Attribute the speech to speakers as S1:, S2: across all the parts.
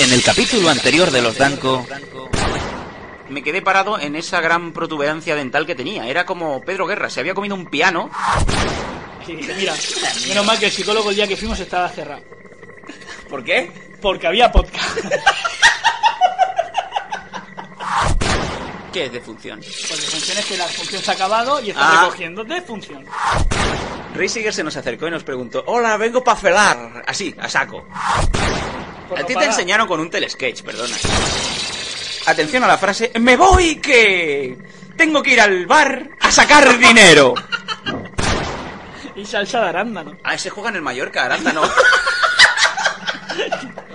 S1: En el capítulo anterior de los Danco,
S2: Me quedé parado en esa gran protuberancia dental que tenía. Era como Pedro Guerra, se había comido un piano.
S3: Y dije, mira, menos mal que el psicólogo el día que fuimos estaba cerrado.
S2: ¿Por qué?
S3: Porque había podcast.
S2: ¿Qué es de función?
S3: Porque función es que la función se ha acabado y está
S2: Ah.
S3: recogiendo de función.
S2: Reisiger se nos acercó y nos preguntó, hola, vengo para felar. Así, a saco.
S3: Por
S2: a
S3: no
S2: ti te
S3: parar.
S2: enseñaron con un telesketch, perdona. Atención a la frase, me voy que... Tengo que ir al bar a sacar dinero.
S3: Y salsa de arándano.
S2: ah, ese juega en el Mallorca, Aranda, ¿no?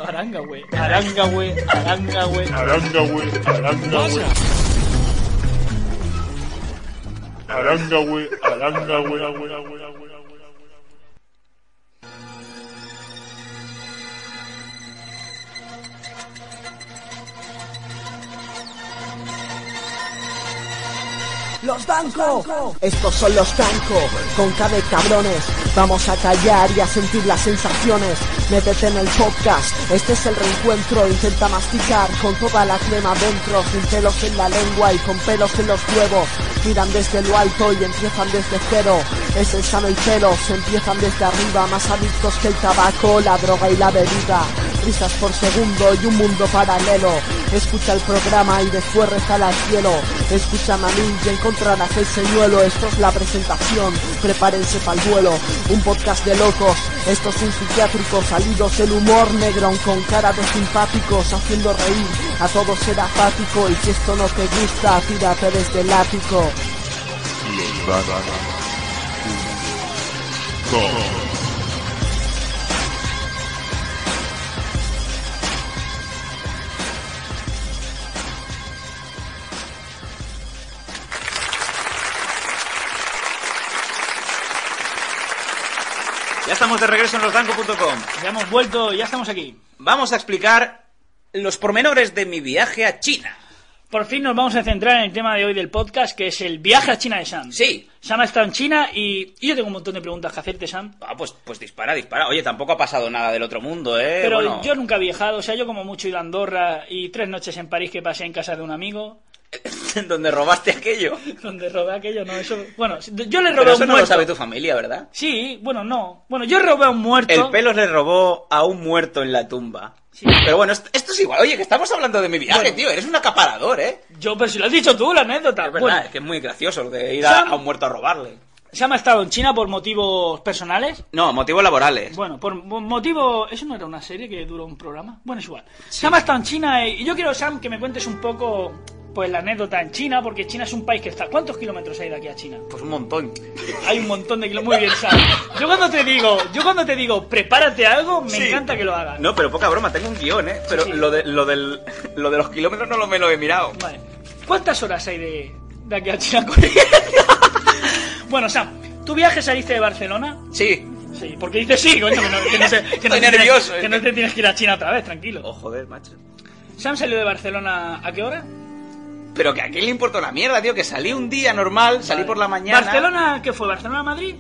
S3: Aranga, güey. Aranga, güey. Aranga, güey.
S4: Aranga, güey. Aranga, güey. Aranga, güey. Aranga, güey. Aranga, güey.
S5: ¡Los Danco! Estos son los Danco, con K de cabrones. Vamos a callar y a sentir las sensaciones. Métete en el podcast, este es el reencuentro. Intenta masticar con toda la crema dentro, sin pelos en la lengua y con pelos en los huevos. Miran desde lo alto y empiezan desde cero. Es el sano y pelos, empiezan desde arriba, más adictos que el tabaco, la droga y la bebida. Risas por segundo y un mundo paralelo. Escucha el programa y después rezala al cielo. Escucha a mí y encontrarás el señuelo. Esto es la presentación, prepárense para el duelo. Un podcast de locos, estos son psiquiátricos, salidos el humor negro, aun con cara de simpáticos, haciendo reír. A todos será apático y si esto no te gusta, tírate desde el ático.
S4: Los Danco. Con
S2: Ya estamos de regreso en losdanco.com.
S3: Ya hemos vuelto, ya estamos aquí.
S2: Vamos a explicar los pormenores de mi viaje a China.
S3: Por fin nos vamos a centrar en el tema de hoy del podcast, que es el viaje a China de Sam.
S2: Sí.
S3: Sam ha estado en China y, y yo tengo un montón de preguntas que hacerte, Sam.
S2: Ah, pues, pues dispara, dispara. Oye, tampoco ha pasado nada del otro mundo, ¿eh?
S3: Pero
S2: Bueno,
S3: yo nunca he viajado, o sea, yo como mucho he ido a Andorra y tres noches en París que pasé en casa de un amigo,
S2: Donde robaste aquello.
S3: donde robé aquello, no, eso... Bueno, yo le robé
S2: Pero eso
S3: a un
S2: no lo
S3: muerto.
S2: sabe tu familia, ¿verdad?
S3: Sí, bueno, no. Bueno, yo robé a un muerto.
S2: El pelo le robó a un muerto en la tumba.
S3: Sí.
S2: Pero bueno, esto, esto es igual. Oye, que estamos hablando de mi viaje,
S3: Bueno.
S2: tío. Eres un acaparador, ¿eh?
S3: Yo, pero si lo has dicho tú, la anécdota.
S2: Es verdad, eh.
S3: Bueno,
S2: es que es muy gracioso lo de ir a,
S3: Sam-
S2: a un muerto a robarle.
S3: Sam ha estado en China por motivos personales.
S2: No, motivos laborales.
S3: Bueno, por mo- motivo... Eso no era una serie que duró un programa. Bueno, es igual. Sam ha estado en China y y yo quiero, Sam, que me cuentes un poco, pues, la anécdota en China, porque China es un país que está... ¿Cuántos kilómetros hay de aquí a China?
S2: Pues un montón.
S3: Hay un montón de kilómetros. Muy bien, Sam. Yo cuando te digo, yo cuando te digo, prepárate algo, me
S2: Sí.
S3: encanta que lo hagas.
S2: No, pero poca broma, tengo un guión, ¿eh? Pero
S3: Sí.
S2: Lo, de, lo, del, lo de los kilómetros no lo me lo he mirado.
S3: Vale. ¿Cuántas horas hay de, de aquí a China corriendo? bueno, Sam, ¿tu viaje saliste de Barcelona?
S2: Sí.
S3: Sí, porque dices sí, coño, que no, que no se- que no
S2: Estoy
S3: te tienes-
S2: nervioso, es
S3: que no
S2: que-
S3: te tienes que ir a China otra vez, tranquilo.
S2: Oh, joder, macho.
S3: Sam salió de Barcelona a qué hora?
S2: Pero que a quién le importa una mierda, tío, que salí un día normal, salí
S3: Vale.
S2: por la mañana.
S3: ¿Barcelona qué fue? ¿Barcelona Madrid?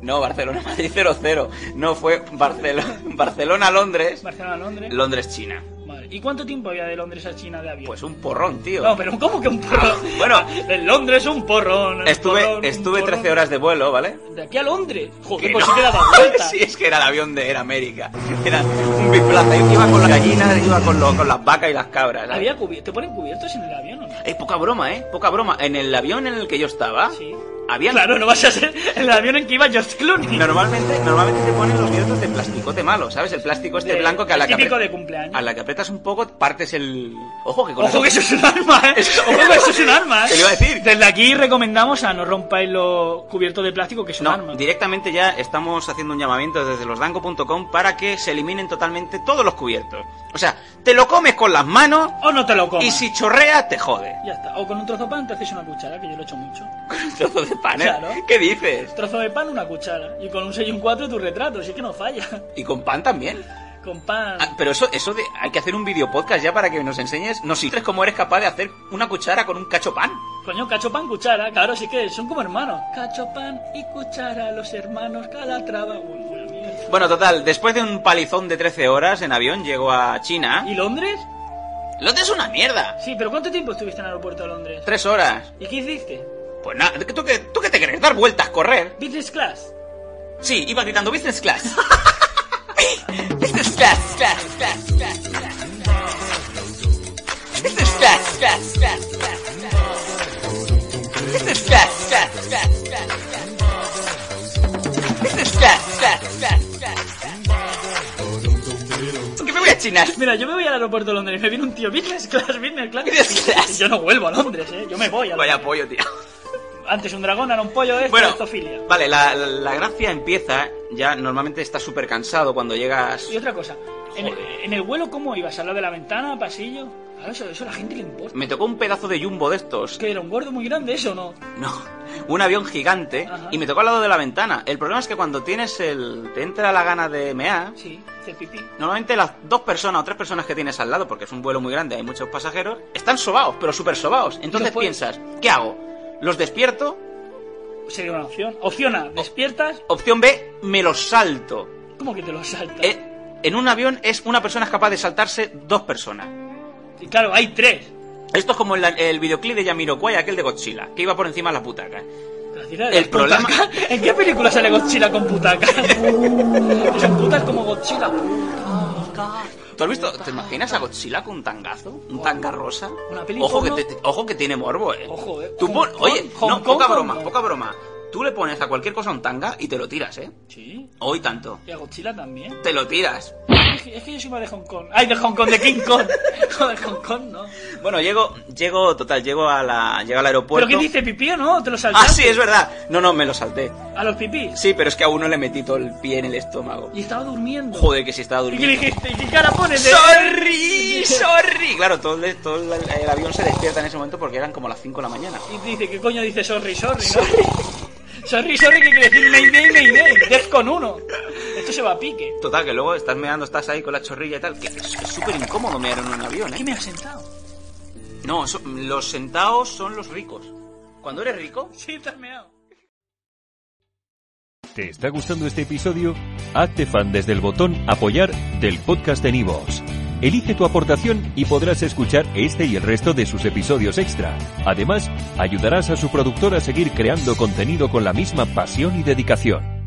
S2: No, Barcelona Madrid 0-0. No fue Barcelona Barcelona Londres,
S3: Barcelona Londres.
S2: Londres China.
S3: Vale. ¿Y cuánto tiempo había de Londres a China de avión?
S2: Pues un porrón, tío.
S3: No, pero ¿cómo que un porrón?
S2: Bueno.
S3: en Londres un porrón. un porrón, un
S2: estuve estuve
S3: porrón.
S2: 13 horas de vuelo, ¿vale?
S3: De aquí a Londres. Joder,
S2: Que
S3: pues
S2: no.
S3: sí que daba vuelta.
S2: Sí, es que era el avión de Air América. Era un biplaza. Iba con las gallinas, iba con, lo- con las vacas y las cabras. ¿sabes?
S3: ¿Había cubier- ¿Te ponen cubiertos en el avión o no?
S2: Eh, poca broma, ¿eh? Poca broma. En el avión en el que yo estaba,
S3: Sí.
S2: había...
S3: Claro, no vas a ser el avión en que iba George Clooney.
S2: Normalmente, normalmente te ponen los cubiertos de plasticote malo, ¿sabes? El plástico este
S3: De-
S2: blanco que a la
S3: el típico
S2: apre-
S3: de cumpleaños.
S2: A la que apretas un poco, partes el. Ojo que con
S3: Ojo que
S2: eso-
S3: eso es un arma, ¿eh?
S2: Eso-
S3: Ojo que eso es un arma, ¿eh?
S2: Te lo iba a decir.
S3: Desde aquí recomendamos a no rompáis los cubiertos de plástico, que es un
S2: No,
S3: arma.
S2: directamente ya estamos haciendo un llamamiento desde losdanco.com para que se eliminen totalmente todos los cubiertos. O sea, te lo comes con las manos
S3: O no te lo comas.
S2: y si chorrea, te jode.
S3: Ya está. O con un trozo de pan te haces una cuchara, que yo lo he hecho mucho.
S2: Un trozo de pan, ¿eh?
S3: Claro.
S2: ¿Qué dices?
S3: Trozo de pan, una cuchara. Y con un 6 y un 4 tu retrato, si es que no falla.
S2: Y con pan también.
S3: Con pan.
S2: Ah, pero eso, eso de. Hay que hacer un video podcast ya para que nos enseñes, nos ilustres cómo eres capaz de hacer una cuchara con un cacho pan.
S3: Coño, cacho pan, cuchara. Claro, sí que son como hermanos. Cacho pan y cuchara, los hermanos, calatrava. Uy, buena mierda.
S2: Bueno, total, después de un palizón de 13 horas en avión, llegó a China.
S3: ¿Y Londres?
S2: Londres es una mierda.
S3: Sí, pero ¿cuánto tiempo estuviste en el aeropuerto de Londres?
S2: Tres horas.
S3: ¿Y qué hiciste?
S2: Pues nada, ¿tú qué, ¿tú qué te crees? ¿Dar vueltas, correr?
S3: Business class.
S2: Sí, iba gritando business class. business class, class, class, class, class. Business class, class, class, class, class. Business class, class, class, class, class. Business class, class, class, class, class. Que me voy a China.
S3: Mira, yo me voy al aeropuerto de Londres y me viene un tío business class, business class.
S2: Business class.
S3: Y Yo no vuelvo a Londres, ¿eh? Yo me voy a Londres.
S2: Vaya pollo, tío.
S3: Antes un dragón, ahora un pollo, esto,
S2: Bueno,
S3: esto filia.
S2: vale, la, la- la gracia empieza, ya normalmente estás súper cansado cuando llegas...
S3: Y otra cosa, en el, en el vuelo, ¿cómo ibas? ¿Al lado de la ventana, pasillo? Claro, eso, eso a la gente le importa.
S2: Me tocó un pedazo de jumbo de estos.
S3: Que era un gordo muy grande, eso no.
S2: No, un avión gigante
S3: Ajá.
S2: y me tocó al lado de la ventana. El problema es que cuando tienes el... te entra la gana de mear,
S3: Sí, el pipí.
S2: normalmente las dos personas o tres personas que tienes al lado, porque es un vuelo muy grande, hay muchos pasajeros, están sobados, pero súper sobados. Entonces
S3: No puedes.
S2: piensas, ¿qué hago? ¿Los despierto?
S3: Sería una opción. Opción A, despiertas.
S2: Opción B, me los salto.
S3: ¿Cómo que te lo saltas?
S2: Eh, en un avión es una persona es capaz de saltarse dos personas.
S3: Y claro, hay tres.
S2: Esto es como el, el videoclip de Yamiroquai, aquel de Godzilla, que iba por encima de ¿eh? las butacas.
S3: La tira de
S2: El
S3: las putacas.
S2: problema-
S3: ¿En qué película sale Godzilla con putacas? Que Son putas como Godzilla.
S2: ¿Tú has visto? ¿Te imaginas a Godzilla con un tangazo? ¿Un tanga rosa?
S3: Una peli
S2: ojo, que
S3: porno.
S2: te- te- ojo que tiene morbo, eh.
S3: Ojo, eh.
S2: Tú
S3: Hong
S2: pon-
S3: Kong-
S2: oye,
S3: Hong
S2: no,
S3: Kong
S2: poca
S3: con
S2: broma,
S3: morbo.
S2: poca broma. Tú le pones a cualquier cosa un tanga y te lo tiras, eh.
S3: Sí.
S2: Hoy tanto.
S3: Y a Godzilla también.
S2: Te lo tiras.
S3: Es que, es que yo soy más de Hong Kong. ¡Ay, de Hong Kong, de King Kong! No, de Hong Kong, no.
S2: Bueno, llego, llego, total, llego a la, llego al aeropuerto.
S3: ¿Pero qué dice pipí o no? ¿Te lo
S2: Ah,
S3: saltaste?
S2: sí, es verdad. No, no, me lo salté.
S3: ¿A los pipís?
S2: Sí, pero es que a uno le metí todo el pie en el estómago.
S3: Y estaba durmiendo.
S2: Joder, que si estaba
S3: ¿Y qué le
S2: durmiendo.
S3: dijiste? ¿Y qué cara pones? de-
S2: ¡Sorry! ¡Sorry! Claro, todo, el, todo el- el avión se despierta en ese momento porque eran como las 5 de la mañana.
S3: Y dice, ¿qué coño dice sorry, sorry, no? sorry, sorry, que quiere decir mayday, mayday. Death con uno. Esto se va a pique.
S2: Total, que luego estás meando, estás ahí con la chorrilla y tal. Que es es súper incómodo mear en un avión,
S3: ¿Qué
S2: ¿eh?
S3: me has sentado?
S2: No, eso- los sentados son los ricos. Cuando eres rico,
S3: Sí, te has meado.
S6: ¿Te está gustando este episodio? Hazte fan desde el botón Apoyar del podcast de Nivos. Elige tu aportación y podrás escuchar este y el resto de sus episodios extra. Además, ayudarás a su productor a seguir creando contenido con la misma pasión y dedicación.